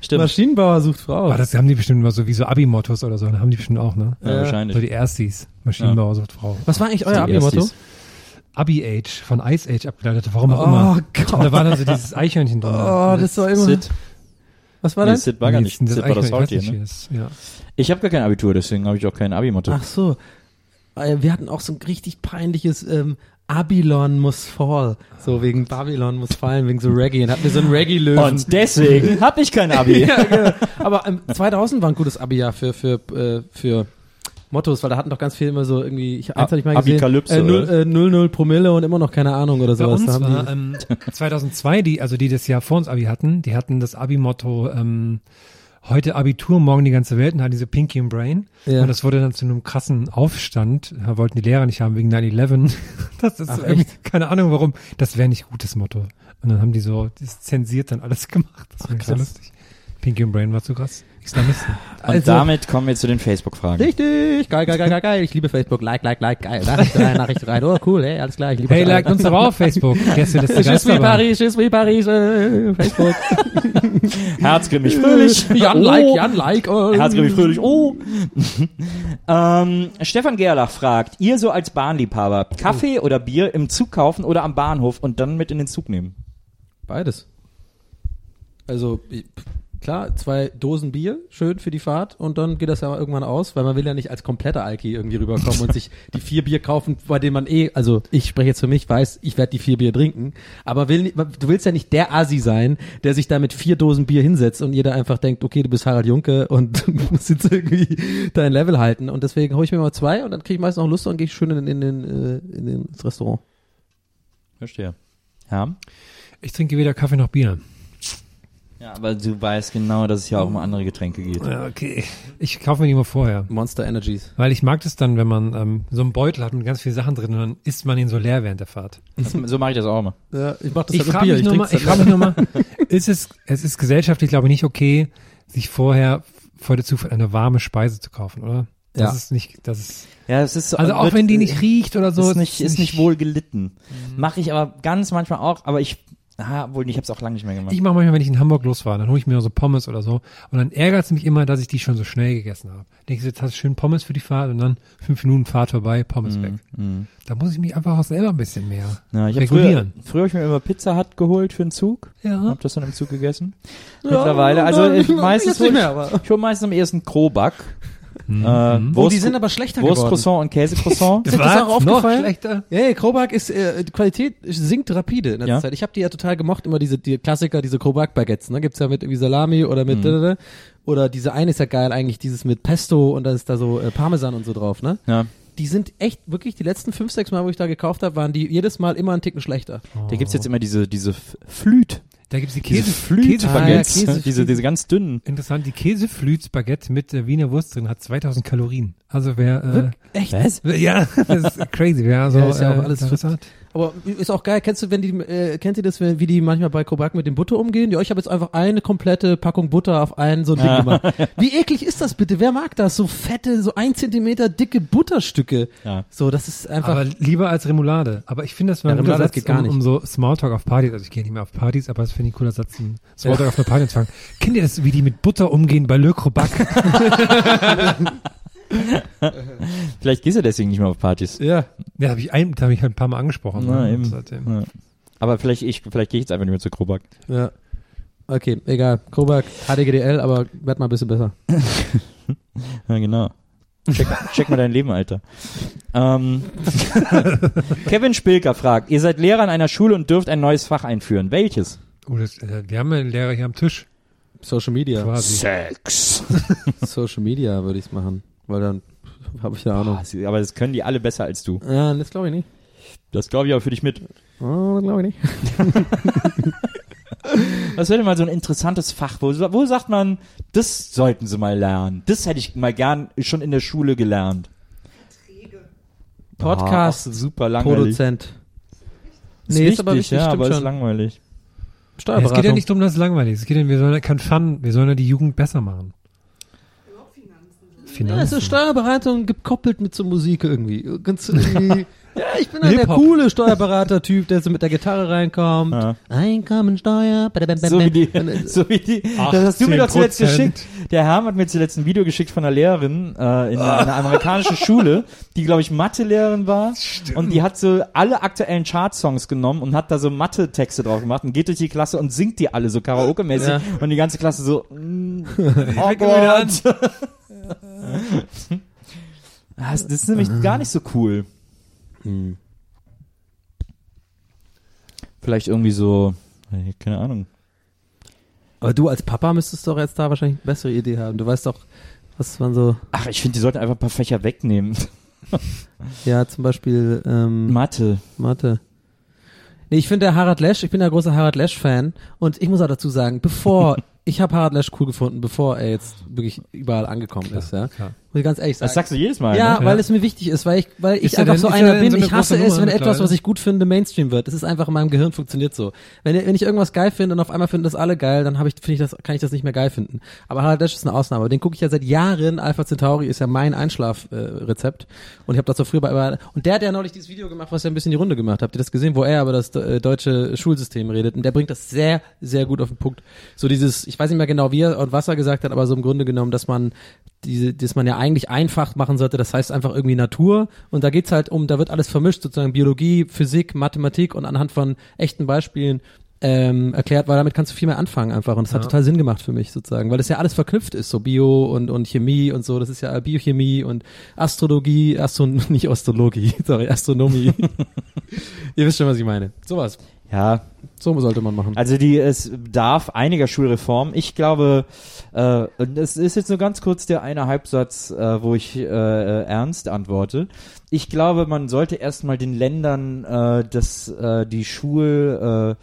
C: Stimmt.
B: Maschinenbauer sucht Frau.
D: Aber das haben die bestimmt immer so wie so Abi-Mottos oder so. Dann haben die bestimmt auch, ne?
C: ja,
D: So
C: wahrscheinlich.
D: die Erstis. Maschinenbauer sucht Frau.
B: was war eigentlich
C: Die
B: euer Abi-Motto?
C: Erstis.
D: Abi-Age, von Ice Age abgeleitet, warum auch
B: Oh
D: immer.
B: Gott.
D: Und da war dann so dieses Eichhörnchen drin.
B: Oh, das war immer.
C: Sid.
B: Was war
C: Nee,
B: das?
C: Sid war gar nicht.
D: Das
C: Sid war das ne?
D: Eichhörnchen, ich weiß
C: Faultier,
D: nicht,
C: ne?
D: wie das- ja.
C: Ich habe gar kein Abitur, deswegen habe ich auch kein Abi-Motto.
B: Ach so. äh, wir hatten auch so ein richtig peinliches ähm, Babylon muss fall. So wegen Babylon muss fallen, wegen so Reggae. Und hatten wir so einen Reggae-Löwen.
C: Und deswegen habe ich kein Abi.
B: ja, genau. Aber ähm, 2000 war ein gutes Abi-Jahr für, für, äh, für Mottos, weil da hatten doch ganz viele immer so irgendwie, ich, eins
E: A-
B: hatte ich mal gesehen,
E: Abikalypse,
B: äh, null-
E: oder?
B: äh, 00 Promille und immer noch keine Ahnung oder
D: Bei
B: sowas.
D: uns
B: Da haben
D: war ähm, 2002, die, also die das Jahr vor uns Abi hatten, die hatten das Abi-Motto ähm, heute Abitur, morgen die ganze Welt und hatten diese Pinky and Brain.
B: Ja.
D: Und das wurde dann zu einem krassen Aufstand. Da wollten die Lehrer nicht haben wegen 9-11. Das ist
B: Ach,
D: irgendwie, keine Ahnung warum. Das wäre nicht gutes Motto. Und dann haben die so das zensiert dann alles gemacht. Das war so
B: krass.
D: lustig. Pinky and Brain war zu krass. Islamisten.
C: Und damit kommen wir zu den Facebook-Fragen.
B: Richtig, geil, geil, geil, geil, geil. Ich liebe Facebook. Like, like, like, geil. Nachricht rein, Nachricht rein. Oh, cool, hey, alles klar. Ich liebe
D: hey,
B: es alle.
D: liked uns doch auf Facebook. Gäste des
B: Je suis
D: Äh, Geisterbahn.
B: Paris, je suis Paris, äh, Facebook.
C: Herzgrimmig fröhlich.
D: Oh.
B: Jan, like, Jan, like. Oh.
C: Herzgrimmig fröhlich. Oh. ähm, Stefan Gerlach fragt, ihr so als Bahnliebhaber, Kaffee oder Bier im Zug kaufen oder am Bahnhof und dann mit in den Zug nehmen?
B: Beides. Also, ich- pff, klar, zwei Dosen Bier, schön für die Fahrt und dann geht das ja irgendwann aus, weil man will ja nicht als kompletter Alki irgendwie rüberkommen und sich die vier Bier kaufen, bei denen man eh, also ich spreche jetzt für mich, weiß, ich werde die vier Bier trinken, aber will, ni- du willst ja nicht der Asi sein, der sich da mit vier Dosen Bier hinsetzt und jeder einfach denkt, okay, du bist Harald Junke und du musst jetzt irgendwie dein Level halten und deswegen hole ich mir mal zwei und dann kriege ich meistens noch Lust und gehe ich schön in, in, den, äh, in den, ins Restaurant.
C: Verstehe. Ja.
D: Ich trinke weder Kaffee noch Bier.
C: Ja, aber du weißt genau, dass es ja auch um andere Getränke geht.
D: Ja, Ah, Okay. Ich kaufe mir die mal vorher.
B: Monster Energies.
D: Weil ich mag das dann, wenn man ähm, so einen Beutel hat mit ganz vielen Sachen drin und dann isst man ihn so leer während der Fahrt.
C: Das, so mache ich das auch mal.
B: Ja, ich mach das
D: ich
B: halt mit
D: frage
B: Bier,
D: mich
B: ich
D: nur mal,
B: trink's
D: ich
B: dann
D: frage mich nur mal, ist es, es ist gesellschaftlich, glaube ich, nicht okay, sich vorher vor der Zufall eine warme Speise zu kaufen, oder? Das
B: Ja.
D: ist nicht, das ist,
C: Ja, es ist so-
D: also auch
C: wird- äh,
D: wenn die nicht riecht oder so.
C: ist nicht, ist nicht wohl gelitten.
B: Mhm.
C: Mache ich aber ganz manchmal auch, aber ich, ah, wohl, ich habe es auch lange nicht mehr gemacht.
D: Ich mache manchmal, wenn ich in Hamburg losfahre, dann hole ich mir so Pommes oder so und dann ärgert es mich immer, dass ich die schon so schnell gegessen habe. Denke ich, jetzt hast du schön Pommes für die Fahrt und dann fünf Minuten Fahrt vorbei, Pommes weg. Da muss ich mich einfach auch selber ein bisschen mehr
C: Mhm, ja, ich hab früher,
D: regulieren.
C: früher hab ich mir immer Pizza Hut geholt für den Zug.
D: ja.
C: Hab das dann im Zug gegessen. Mittlerweile, also
B: nein,
C: ich,
B: jetzt nicht
C: meistens hol ich,
B: mehr, aber-
C: ich hol meistens am ersten Krobak. Äh,
B: Oh, die
C: Wurst,
B: sind aber schlechter
C: Wurst
B: geworden.
C: Croissant und Käsecroissant.
B: Ist das auch
D: noch
B: aufgefallen?
D: schlechter.
B: Ja, ja, Krobak ist, äh, die Qualität sinkt rapide in der
C: Ja.
B: Zeit. Ich habe die ja total gemocht, immer diese die Klassiker, diese Krobak-Baguettes. Ne? gibt's ja mit irgendwie Salami oder mit mhm. oder diese eine ist ja geil eigentlich, dieses mit Pesto und da ist da so äh, Parmesan und so drauf. Ne?
C: ja.
B: Die sind echt wirklich, die letzten fünf, sechs Mal, wo ich da gekauft habe, waren die jedes Mal immer einen Ticken schlechter.
C: Da gibt's jetzt immer diese, diese F- Flüt.
D: Da gibt's die
C: Diese
D: Käse,
C: Flüt-Baguettes.
B: Ah, ja, Käse-
C: diese, diese ganz dünnen.
D: Interessant, die Käseflüz-Baguette mit äh, Wiener Wurst drin hat 2000 Kalorien. Also wer,
B: Echt?
D: äh, ja, das ist crazy, wer also
B: Ja, ist ja auch
D: äh,
B: alles
D: da was
B: fit.
D: hat.
B: Aber ist auch geil. Kennst du, wenn die, äh, kennt ihr das, wenn- wie die manchmal bei Kobak mit dem Butter umgehen? Ja, ich habe jetzt einfach eine komplette Packung Butter auf einen so ein Ding gemacht. Wie eklig ist das bitte? Wer mag das? So fette, so ein Zentimeter dicke Butterstücke.
C: Ja.
B: So, das ist einfach.
D: Aber lieber als Remoulade. Aber ich finde, das war ein
B: Ja,
D: guter
B: Remoulade
D: Satz,
B: geht gar
D: um,
B: nicht.
D: um so Smalltalk auf Partys. Also ich gehe nicht mehr auf Partys, aber das finde ich ein cooler Satz, um Smalltalk auf eine Party zu fangen. Kennt ihr das, wie die mit Butter umgehen bei Le Crobac?
C: Vielleicht gehst du deswegen nicht mehr auf Partys.
B: ja.
D: ja, habe ich, ein, da hab ich halt ein paar Mal angesprochen.
C: Na,
D: ne?
C: eben.
D: Seitdem.
C: Ja. Aber vielleicht, ich, vielleicht gehe ich jetzt einfach nicht mehr zu Krobak.
B: ja. Okay, egal. Kobak, HDGDL, aber werd mal ein bisschen besser.
C: Ja, genau. Check, check mal dein Leben, Alter. Ähm, Kevin Spilker fragt, ihr seid Lehrer an einer Schule und dürft ein neues Fach einführen. Welches?
D: Oh, das, äh, wir haben ja einen Lehrer hier am Tisch
B: Social Media.
D: quasi.
C: Sex.
B: Social Media würde ich's machen. Weil dann habe ich ja Ahnung.
C: Ah, Aber das können die alle besser als du.
B: Ja, das glaube ich nicht.
C: Das glaube ich auch für dich mit.
B: Oh, das glaube ich nicht.
C: Das wäre mal so ein interessantes Fach, wo, wo sagt man, das sollten sie mal lernen. Das hätte ich mal gern schon in der Schule gelernt.
B: Podcast.
C: Ah, super langweilig.
B: Produzent.
C: Ist
B: Nee,
C: wichtig,
B: ist aber wichtig,
C: ja,
B: stimmt
C: aber ist
B: schon.
C: langweilig.
D: Ja, es geht ja
B: Steuerberatung.
D: nicht darum, dass es langweilig ist. Es geht ja, wir sollen ja kein Fun, wir sollen ja die Jugend besser machen.
B: Ja,
D: Finanzen.
B: also Steuerberatung gekoppelt mit so Musik irgendwie. Ganz irgendwie. ja, ich bin halt der
D: Hip-Hop.
B: coole Steuerberater-Typ, der so mit der Gitarre reinkommt.
C: Ja.
B: Einkommensteuer.
C: So wie die, so wie die, das hast du mir doch zuletzt
D: 18%.
C: geschickt. Der Herr hat mir zuletzt ein Video geschickt von einer Lehrerin äh, in einer amerikanischen Schule, die glaube ich Mathelehrerin war und die hat so alle aktuellen Chartsongs genommen und hat da so Mathe Texte drauf gemacht und geht durch die Klasse und singt die alle so Karaoke mäßig
B: Ja.
C: und die ganze Klasse so mm,
D: wieder an.
C: awkward. Das, das ist nämlich gar nicht so cool. Vielleicht irgendwie so, äh, keine Ahnung.
B: Aber du als Papa müsstest doch jetzt da wahrscheinlich eine bessere Idee haben. Du weißt doch, was man so,
C: Ach, ich finde, die sollten einfach ein paar Fächer wegnehmen.
B: ja, zum Beispiel ähm,
C: Mathe.
B: Mathe. Nee, ich finde der Harald Lesch, ich bin ja großer Harald Lesch-Fan und ich muss auch dazu sagen, bevor, ich habe Harald Lesch cool gefunden, bevor er jetzt wirklich überall angekommen ist, ja.
D: klar.
B: Muss ich ganz ehrlich sagen.
C: Das sagst du jedes Mal.
B: Ja,
C: ne?
B: weil es mir wichtig ist, weil ich, weil ich
D: Ist er
B: einfach
D: denn-
B: so
D: ist er
B: einer
D: denn
B: bin.
D: so eine
B: ich hasse
D: große
B: es,
D: Nummer
B: wenn
D: mittlerweile?
B: etwas, was ich gut finde, Mainstream wird. Das ist einfach in meinem Gehirn funktioniert so. Wenn, wenn ich irgendwas geil finde und auf einmal finden das alle geil, dann habe ich, finde ich das, kann ich das nicht mehr geil finden. Aber Harald Lesch ist eine Ausnahme. Den gucke ich ja seit Jahren. Alpha Centauri ist ja mein Einschlafrezept. Äh, Rezept. und ich habe das so früher bei, bei und der hat ja neulich dieses Video gemacht, was ja ein bisschen die Runde gemacht. Habt ihr das gesehen, wo er über das äh, deutsche Schulsystem redet? Und der bringt das sehr, sehr gut auf den Punkt. So dieses, ich weiß nicht mehr genau, wie er und was er gesagt hat, aber so im Grunde genommen, dass man diese, dass man ja eigentlich einfach machen sollte, das heißt einfach irgendwie Natur und da geht's halt um, da wird alles vermischt, sozusagen Biologie, Physik, Mathematik und anhand von echten Beispielen ähm, erklärt, weil damit kannst du viel mehr anfangen einfach und das hat total Sinn gemacht für mich sozusagen, weil das ja alles verknüpft ist, so Bio und, und Chemie und so, das ist ja Biochemie und Astrologie, Astro nicht Astrologie, sorry, Astronomie. Ihr wisst schon, was ich meine. Sowas.
C: ja,
B: So sollte man machen.
C: Also die, es bedarf einiger Schulreformen. Ich glaube, äh, und es ist jetzt nur ganz kurz der eine Halbsatz, äh, wo ich äh, äh, ernst antworte. Ich glaube, man sollte erstmal den Ländern äh, das, äh, die Schul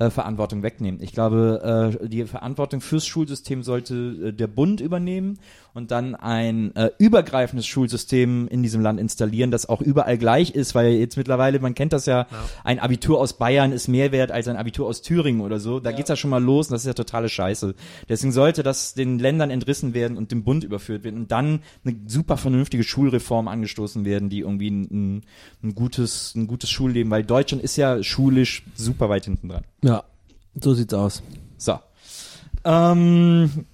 C: äh, äh, Verantwortung wegnehmen. Ich glaube, äh, die Verantwortung fürs Schulsystem sollte äh, der Bund übernehmen und dann ein äh, übergreifendes Schulsystem in diesem Land installieren, das auch überall gleich ist, weil jetzt mittlerweile, man kennt das ja, ein Abitur aus Bayern ist mehr wert als ein Abitur aus Thüringen oder so. Da geht's ja schon mal los und das ist ja totale Scheiße. Deswegen sollte das den Ländern entrissen werden und dem Bund überführt werden und dann eine super vernünftige Schulreform angestoßen werden, die irgendwie ein, ein, ein gutes, ein gutes Schulleben, weil Deutschland ist ja schulisch super weit hinten dran.
B: Ja, so sieht's aus.
C: So. Ähm,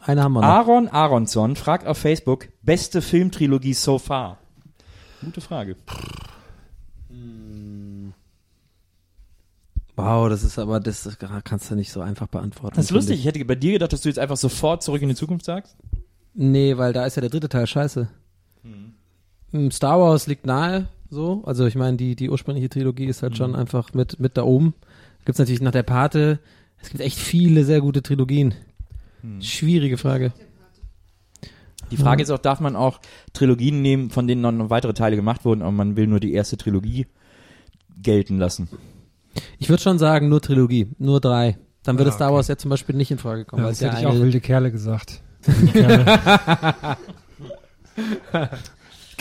B: Eine haben wir noch.
C: Aaron Aronson fragt auf Facebook, beste Filmtrilogie so far? Gute Frage.
B: Wow, das ist aber, das das kannst du nicht so einfach beantworten.
C: Das ist
B: finde
C: lustig, ich hätte bei dir gedacht, dass du jetzt einfach sofort zurück in die Zukunft sagst.
B: Nee, weil da ist ja der dritte Teil scheiße. Hm, Star Wars liegt nahe, so. Also ich meine, die, die ursprüngliche Trilogie ist halt
D: Hm.
B: schon einfach mit, mit da oben. Gibt's natürlich nach der Pate, es gibt echt viele sehr gute Trilogien.
D: Hm.
B: Schwierige Frage.
C: Die Frage ist auch, darf man auch Trilogien nehmen, von denen noch weitere Teile gemacht wurden, aber man will nur die erste Trilogie gelten lassen.
B: Ich würde schon sagen, nur Trilogie, nur drei. Dann würde
D: Ah,
B: Star
D: okay.
B: Wars ja zum Beispiel nicht in Frage kommen.
D: Ja,
B: weil
D: das
B: es ja
D: hätte ich auch
B: eine-
D: wilde Kerle gesagt. Gibt-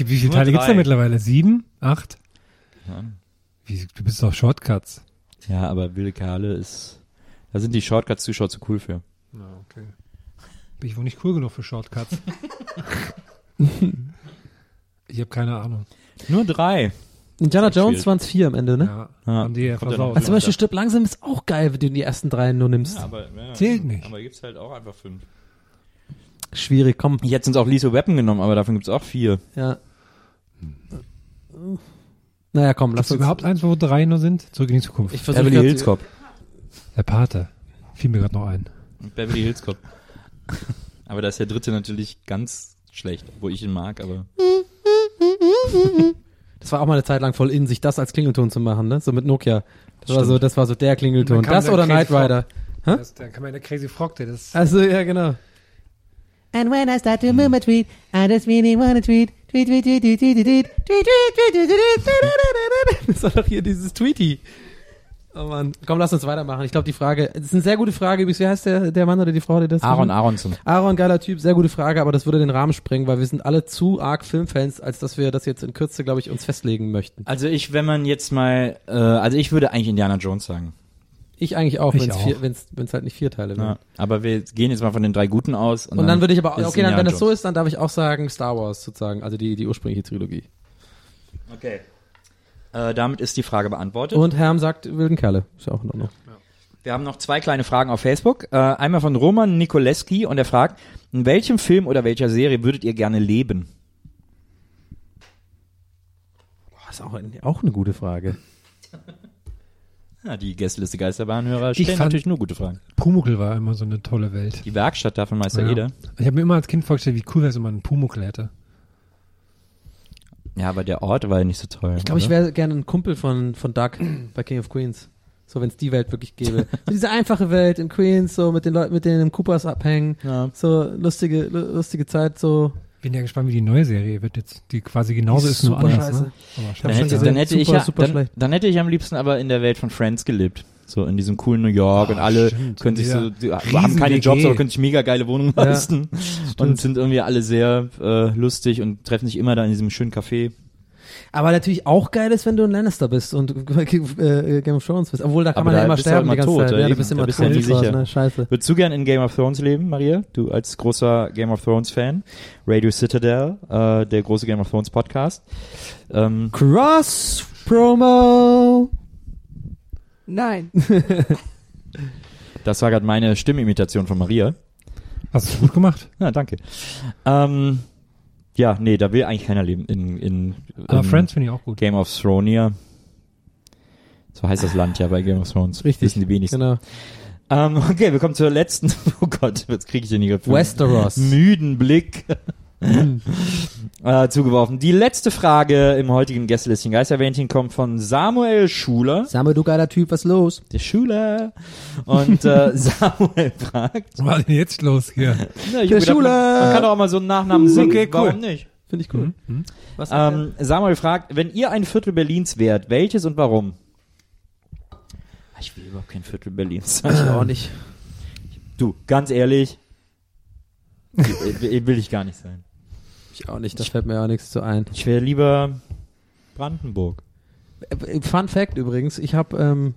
D: Wie viele
C: Nur
D: Teile gibt's da
C: drei.
D: mittlerweile? Sieben? Acht? Wie, du bist doch Shortcuts.
C: Ja, aber Wilde Kerle ist, da sind die Shortcuts-Zuschauer zu cool für.
D: Ja, okay. Bin ich wohl nicht cool genug für Shortcuts. ich habe keine Ahnung.
C: Nur drei.
B: Indiana
C: Sehr
B: Jones
C: schwierig.
B: waren es vier am Ende, ne?
D: Ja,
C: Ja,
D: haben die ja
C: kommt ja
D: versaut.
B: Also zum Beispiel Stirb langsam ist auch geil, wenn du die ersten drei nur nimmst.
C: aber, ja,
D: Zählt nicht.
C: Aber gibt's halt auch einfach fünf.
B: Schwierig, komm.
C: Ich hätte uns auch Lethal Weapon genommen, aber davon gibt's auch vier.
B: Ja. Naja, komm, lass
D: Hast du
B: uns.
D: überhaupt eins, wo drei nur sind? Zurück in die Zukunft.
B: ich versuche
C: Beverly Hills Cop.
D: Der Pate. Fiel mir gerade noch ein.
C: Beverly Hills Cop. aber da ist der dritte natürlich ganz schlecht, wo ich ihn mag, aber.
B: Das war auch mal eine Zeit lang voll in, sich das als Klingelton zu machen, ne? So mit Nokia. Das, war, so, das war so der Klingelton.
D: Dann kam
B: Das
D: der
B: oder
D: Crazy
B: Knight Rider. Hä?
D: Das, da kann man der Crazy Frog, der das.
B: Also, ja, genau.
F: And when I start to move my tweet, I just really wanna tweet, tweet, tweet, tweet, tweet, tweet, tweet, tweet, tweet, tweet, tweet, tweet, tweet.
B: Das war doch hier dieses Tweety. Oh Mann. Komm, lass uns weitermachen. Ich glaube, die Frage, das ist eine sehr gute Frage. Übrigens, wie heißt der, der Mann oder die Frau, die das
C: Aaron Aronson.
B: Aaron, geiler Typ, sehr gute Frage, aber das würde den Rahmen sprengen, weil wir sind alle zu arg Filmfans, als dass wir das jetzt in Kürze, glaube ich, uns festlegen möchten.
C: Also ich, wenn man jetzt mal, äh, also ich würde eigentlich Indiana Jones sagen.
B: Ich eigentlich auch,
D: Ich
B: wenn es
D: auch.
B: vier- wenn's- wenn's halt nicht vier Teile wären.
C: Ja. Aber wir gehen jetzt mal von den drei guten aus.
B: Und dann würde ich aber,
C: ist
B: okay, dann,
C: Indiana
B: wenn das so
C: Jones.
B: ist, dann darf ich auch sagen Star Wars sozusagen, also die, die ursprüngliche Trilogie.
C: Okay. Äh, damit ist die Frage beantwortet.
B: Und Herm sagt wilden Kerle. Ist ja auch in Ordnung.
C: Wir haben noch zwei kleine Fragen auf Facebook. Äh, einmal von Roman Nikoleski und er fragt, in welchem Film oder welcher Serie würdet ihr gerne leben? Oh,
B: Boah, ist auch, auch eine gute Frage.
C: Ja, die Gästeliste Geisterbahnhörer
D: Ich
C: stellen
D: fand-
C: natürlich nur gute Fragen.
D: Pumuckl war immer so eine tolle Welt.
C: Die Werkstatt davon Meister
D: Ja.
C: Eder.
D: Ich habe mir immer als Kind vorgestellt, wie cool wäre es, wenn man einen Pumuckl hätte.
C: Ja, aber der Ort war ja nicht so toll.
B: Ich glaube, ich wäre gerne ein Kumpel von, von Doug bei King of Queens. So, wenn es die Welt wirklich gäbe. So diese einfache Welt in Queens, so mit den Leuten, mit denen im Coopers abhängen.
C: Ja.
B: So lustige, lu- lustige Zeit, so.
D: Bin ja gespannt, wie die neue Serie wird jetzt, die quasi genauso ist, nur
B: super
D: anders.
B: scheiße.
D: Ne? Aber
C: Dann
B: Ich hab
C: hätte,
B: schon
C: dann
B: gesehen,
C: hätte ich
B: super,
C: ja,
B: super
C: dann,
B: schlecht.
C: dann hätte ich am liebsten aber in der Welt von Friends gelebt. So in diesem coolen New York und alle
D: stimmt.
C: können sich
D: Ja.
C: so, die haben
D: Riesen
C: keine
D: WG.
C: Jobs, aber können sich mega geile Wohnungen
B: Ja.
C: leisten und sind irgendwie alle sehr äh, lustig und treffen sich immer da in diesem schönen Café.
B: Aber natürlich auch geil ist, wenn du ein Lannister bist und äh, Game of Thrones bist. Obwohl, da kann
C: Aber
B: man ja
C: da
B: immer
C: bist du
B: sterben
C: immer
B: die ganze
C: tot,
B: Zeit.
C: ja,
B: Ja, du
C: eben.
B: bist
C: Da
B: immer
C: bist du
B: tot.
C: ja nie
B: und sowas,
C: sicher.
B: ne? Scheiße.
C: Würdest du gern in Game of Thrones leben, Maria? Du als großer Game of Thrones Fan. Radio Citadel, äh, der große Game of Thrones Podcast. Ähm,
B: Cross Promo! Nein.
C: das war gerade meine Stimmimitation von Maria.
D: Hast du gut gemacht.
C: Ja, danke. Ähm, ja, nee, da will eigentlich keiner leben. In, in,
D: Aber
C: in
D: Friends finde ich auch gut.
C: Game of Thrones. So heißt das Land ja bei Game of Thrones.
B: Richtig.
C: Wissen die wenigsten.
B: Genau.
C: Ähm, okay, wir kommen zur letzten. Oh Gott, jetzt kriege ich den hier. für einen
B: Westeros.
C: Müden Blick. äh, zugeworfen. Die letzte Frage im heutigen Gästelistchen Geisterwähnchen kommt von Samuel Schuler.
B: Samuel, du geiler Typ, was los?
C: Der Schuler. Und äh, Samuel fragt.
D: Was ist denn jetzt los hier?
C: Na, ich
B: Der
C: hab gedacht,
B: Schuler.
C: Man, man kann doch auch mal so einen Nachnamen singen.
D: Okay, cool.
C: Warum nicht?
B: Finde ich cool. Was ähm,
C: Ähm, Samuel fragt, wenn ihr ein Viertel Berlins wärt, welches und warum? Ich will überhaupt kein Viertel Berlins sein.
B: ich auch nicht.
C: Du, ganz ehrlich, will ich gar nicht sein.
B: Ich auch nicht. Da fällt mir auch nichts zu ein.
C: Ich wäre lieber Brandenburg.
B: Äh, Fun Fact übrigens, ich habe, ähm,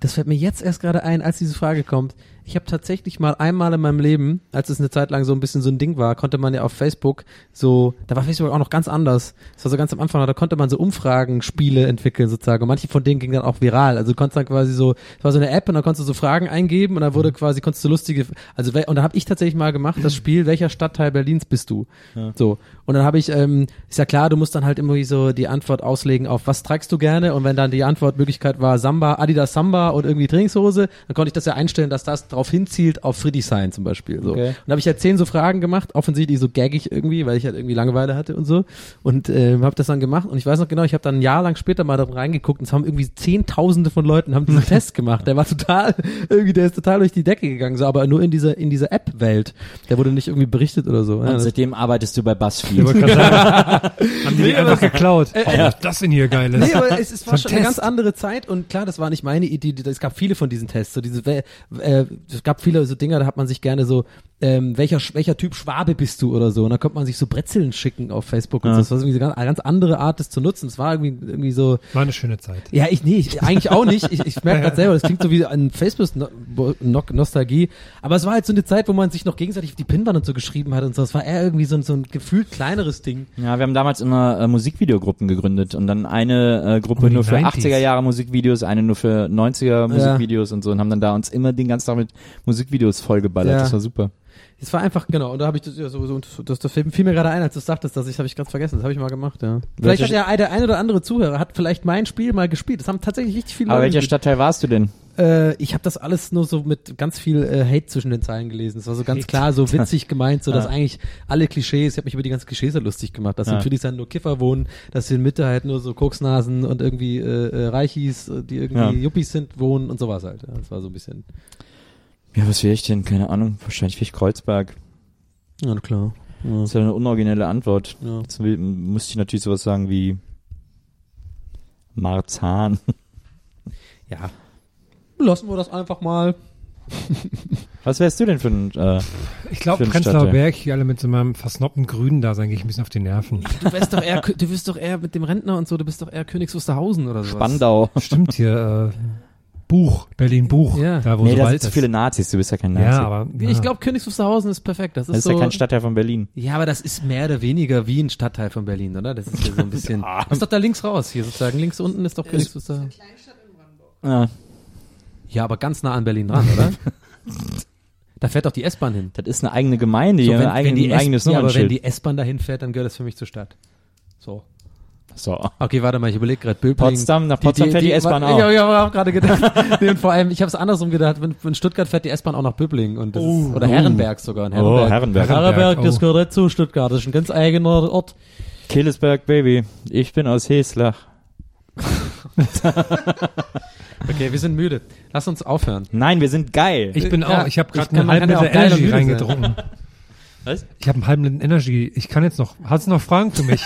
B: das fällt mir jetzt erst gerade ein, als diese Frage kommt. Ich habe tatsächlich mal einmal in meinem Leben, als es eine Zeit lang so ein bisschen so ein Ding war, konnte man ja auf Facebook so, da war Facebook auch noch ganz anders. Das war so ganz am Anfang, da konnte man so Umfragenspiele entwickeln sozusagen. Und manche von denen gingen dann auch viral. Also du konntest dann quasi so, es war so eine App und dann konntest du so Fragen eingeben und dann wurde quasi, konntest du lustige, also wel- und da habe ich tatsächlich mal gemacht, das Spiel, welcher Stadtteil Berlins bist du? So. Und dann habe ich, ähm, ist ja klar, du musst dann halt irgendwie so die Antwort auslegen auf, was trägst du gerne? Und wenn dann die Antwortmöglichkeit war Samba, Adidas Samba und irgendwie Trainingshose, dann konnte ich das ja einstellen, dass das drauf hinzielt auf Friedrichshain zum Beispiel. So.
C: Okay.
B: Und da habe ich halt zehn so Fragen gemacht, offensichtlich so gaggig irgendwie, weil ich halt irgendwie Langeweile hatte und so. Und ähm, habe das dann gemacht und ich weiß noch genau, ich habe dann ein Jahr lang später mal da reingeguckt und es haben irgendwie zehntausende von Leuten haben diesen Test gemacht. Der war total, irgendwie, der ist total durch die Decke gegangen, so, aber nur in dieser, in dieser App-Welt. Der wurde nicht irgendwie berichtet oder so. Ja,
C: Und
B: das-
C: seitdem arbeitest du bei
D: Ich
C: BuzzFeed.
D: wollte gerade sagen, haben die die einfach geklaut. Oh, was das denn hier geil ist.
B: Nee, aber es, es war
D: So ein
B: schon eine
D: Test.
B: ganz andere Zeit und klar, das war nicht meine Idee. die- Es gab viele von diesen Tests. So diese, äh, äh, es gab viele so Dinger, da hat man sich gerne so, ähm, welcher, Sch- welcher Typ Schwabe bist du oder so. Und da konnte man sich so Brezeln schicken auf Facebook und so. Das war irgendwie so ganz- eine ganz andere Art, das zu nutzen. Es war irgendwie, irgendwie so,
D: War eine schöne Zeit.
B: ja, ich nee, ich, eigentlich auch nicht. Ich, ich merke grad selber, das klingt so wie ein Facebook-Nostalgie. Aber es war halt so eine Zeit, wo man sich noch gegenseitig auf die Pinnwand und so geschrieben hat und so. Es war eher irgendwie so, ein- so ein gefühlt kleineres Ding.
C: Ja, wir haben damals immer äh, Musikvideogruppen gegründet und dann eine äh,
B: Oh,
C: Gruppe
D: Um die
C: nur für
D: 90s.
C: 80er Jahre Musikvideos, eine nur für 90er Musikvideos und so und haben dann da uns immer den ganzen Tag mit Musikvideos vollgeballert.
B: Ja.
C: Das war super.
B: Es war einfach, genau, und da habe ich das, ja, so, so, das, das fiel mir gerade ein, als du sagtest, dass ich, habe ich ganz vergessen, das habe ich mal gemacht, ja. Vielleicht
C: Welche
B: hat ja ein- der ein oder andere Zuhörer, hat vielleicht mein Spiel mal gespielt, das haben tatsächlich richtig viele
C: Aber welcher
B: gespielt.
C: Stadtteil warst du denn?
B: Äh, ich habe das alles nur so mit ganz viel äh, Hate zwischen den Zeilen gelesen, das war so ganz klar, so witzig gemeint, so dass eigentlich alle Klischees, ich habe mich über die ganzen Klischees ja lustig gemacht, dass in Friedrichshain nur Kiffer wohnen, dass in Mitte halt nur so Koksnasen und irgendwie äh, äh, Reichis, äh, die irgendwie
C: Ja.
B: Yuppies sind, wohnen und sowas halt, ja, das war so ein bisschen,
C: Ja, was wäre ich denn? Keine Ahnung. Wahrscheinlich wäre ich Kreuzberg.
B: ja klar.
C: Das ist ja eine unoriginelle Antwort.
B: Ja.
C: Jetzt will, müsste ich natürlich sowas sagen wie Marzahn.
B: ja. Lassen wir das einfach mal.
C: Was wärst du denn für ein... Äh,
D: Ich glaube,
C: Fünf
D: Prenzlauer
C: Städte.
D: Berg, hier alle mit so meinem versnobten Grünen da sein, gehe ich ein bisschen auf die Nerven.
B: Du bist doch eher, du bist doch eher mit dem Rentner und so, du bist doch eher Königs Wusterhausen oder so.
C: Spandau.
D: Stimmt hier, äh, Buch, Berlin Buch,
B: Ja.
D: da wo
C: Nee,
D: so
C: da
D: Wald
C: sind zu
D: ist.
C: viele Nazis. Du bist ja kein Nazi.
D: ja, aber
B: Ich glaube, Königs Wusterhausen ist perfekt. Das ist,
C: das ist
B: so.
C: ja kein Stadtteil von Berlin.
B: ja, aber das ist mehr oder weniger wie ein Stadtteil von Berlin, oder? Das ist ja so ein bisschen. Ist doch da links raus, hier sozusagen. Links unten Äh, ist doch Königs Wusterhausen.
C: Ja,
B: Ja, aber ganz nah an Berlin dran, oder? da fährt doch die S-Bahn hin.
C: das ist eine eigene Gemeinde.
B: So,
C: hier, ein eigen,
B: S-
C: eigenes
B: ja, aber wenn
C: Nummernschild.
B: die S-Bahn dahin fährt, dann gehört das für mich zur Stadt. So.
C: so.
B: Okay, warte mal, ich überlege gerade Bildbling.
C: Potsdam, nach Potsdam fährt die S-Bahn
B: warte,
C: auch.
B: Ich, ich habe auch gerade gedacht. nee, und vor allem, ich habe es andersrum gedacht, wenn, wenn Stuttgart fährt die S-Bahn auch nach Böblingen und das ist, oder Herrenberg sogar. In Herrenberg.
C: Oh. Herrenberg.
B: Herrenberg,
D: Herrenberg,
B: das
D: oh.
B: gehört zu Stuttgart, das ist ein ganz eigener Ort.
C: Killesberg, Baby. Ich bin aus Heslach.
B: Okay, wir sind müde. Lass uns aufhören.
C: Nein, wir sind geil.
D: Ich bin
B: Ja,
D: auch, ich habe
B: ich
D: gerade
B: kann-
D: einen
B: man
D: halben
B: kann ja auch
D: Liter
B: geil und
D: Energy
B: müde sein.
D: reingetrunken.
C: Was?
D: Ich habe einen halben Liter Energy. Ich kann jetzt noch. Hast du noch Fragen für mich?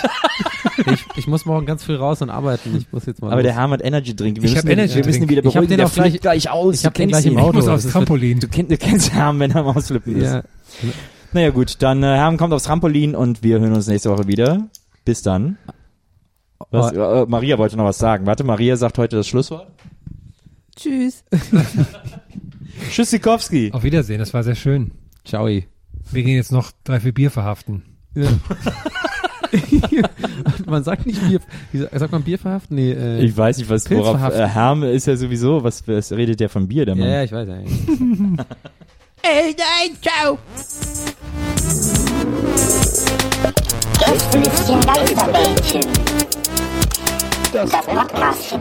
B: Ich, ich muss morgen ganz früh raus und arbeiten. Ich muss jetzt mal.
C: Aber
B: los.
C: der Herm hat Energy Drink. Wir
D: Ich hab
C: müssen, ihn-
D: Energy
C: Wir müssen ihn
D: Drink.
C: wieder
B: Ich hab
C: beruhigen.
B: den
C: Der
B: auch gleich-
C: flippt gleich aus.
B: ich
C: Du
B: hab den
C: kennst
B: gleich im
C: ihn.
B: Auto.
D: Ich muss aufs
B: das wird-
D: Trampolin.
C: Du, kenn, du kennst Herm, wenn Herm ausflippen ist.
B: ja,
C: Naja gut, dann äh, Herm kommt aufs Trampolin und wir hören uns nächste Woche wieder. Bis dann. Was, äh,
B: Oh.
C: äh, Maria wollte noch was sagen. Warte, Maria sagt heute das Schlusswort.
F: Tschüss.
C: Tschüss, Sikowski.
B: Oh,
D: Auf Wiedersehen, das war sehr schön.
B: ciao. ey.
D: Wir gehen jetzt noch drei, vier Bier verhaften.
B: man sagt nicht Bier. Wie sagt sagt man Bier verhaften? Nee, äh,
C: Ich weiß nicht, was
B: Pilz
C: worauf
B: verhaften.
C: äh, Herm ist ja sowieso, was, was redet der von Bier, der
B: ja,
C: Mann?
B: ja, ich weiß. Ja, ja.
F: Hey, nein, ciao.
A: Das Flüsschen Geistermädchen. Das Podcastchen.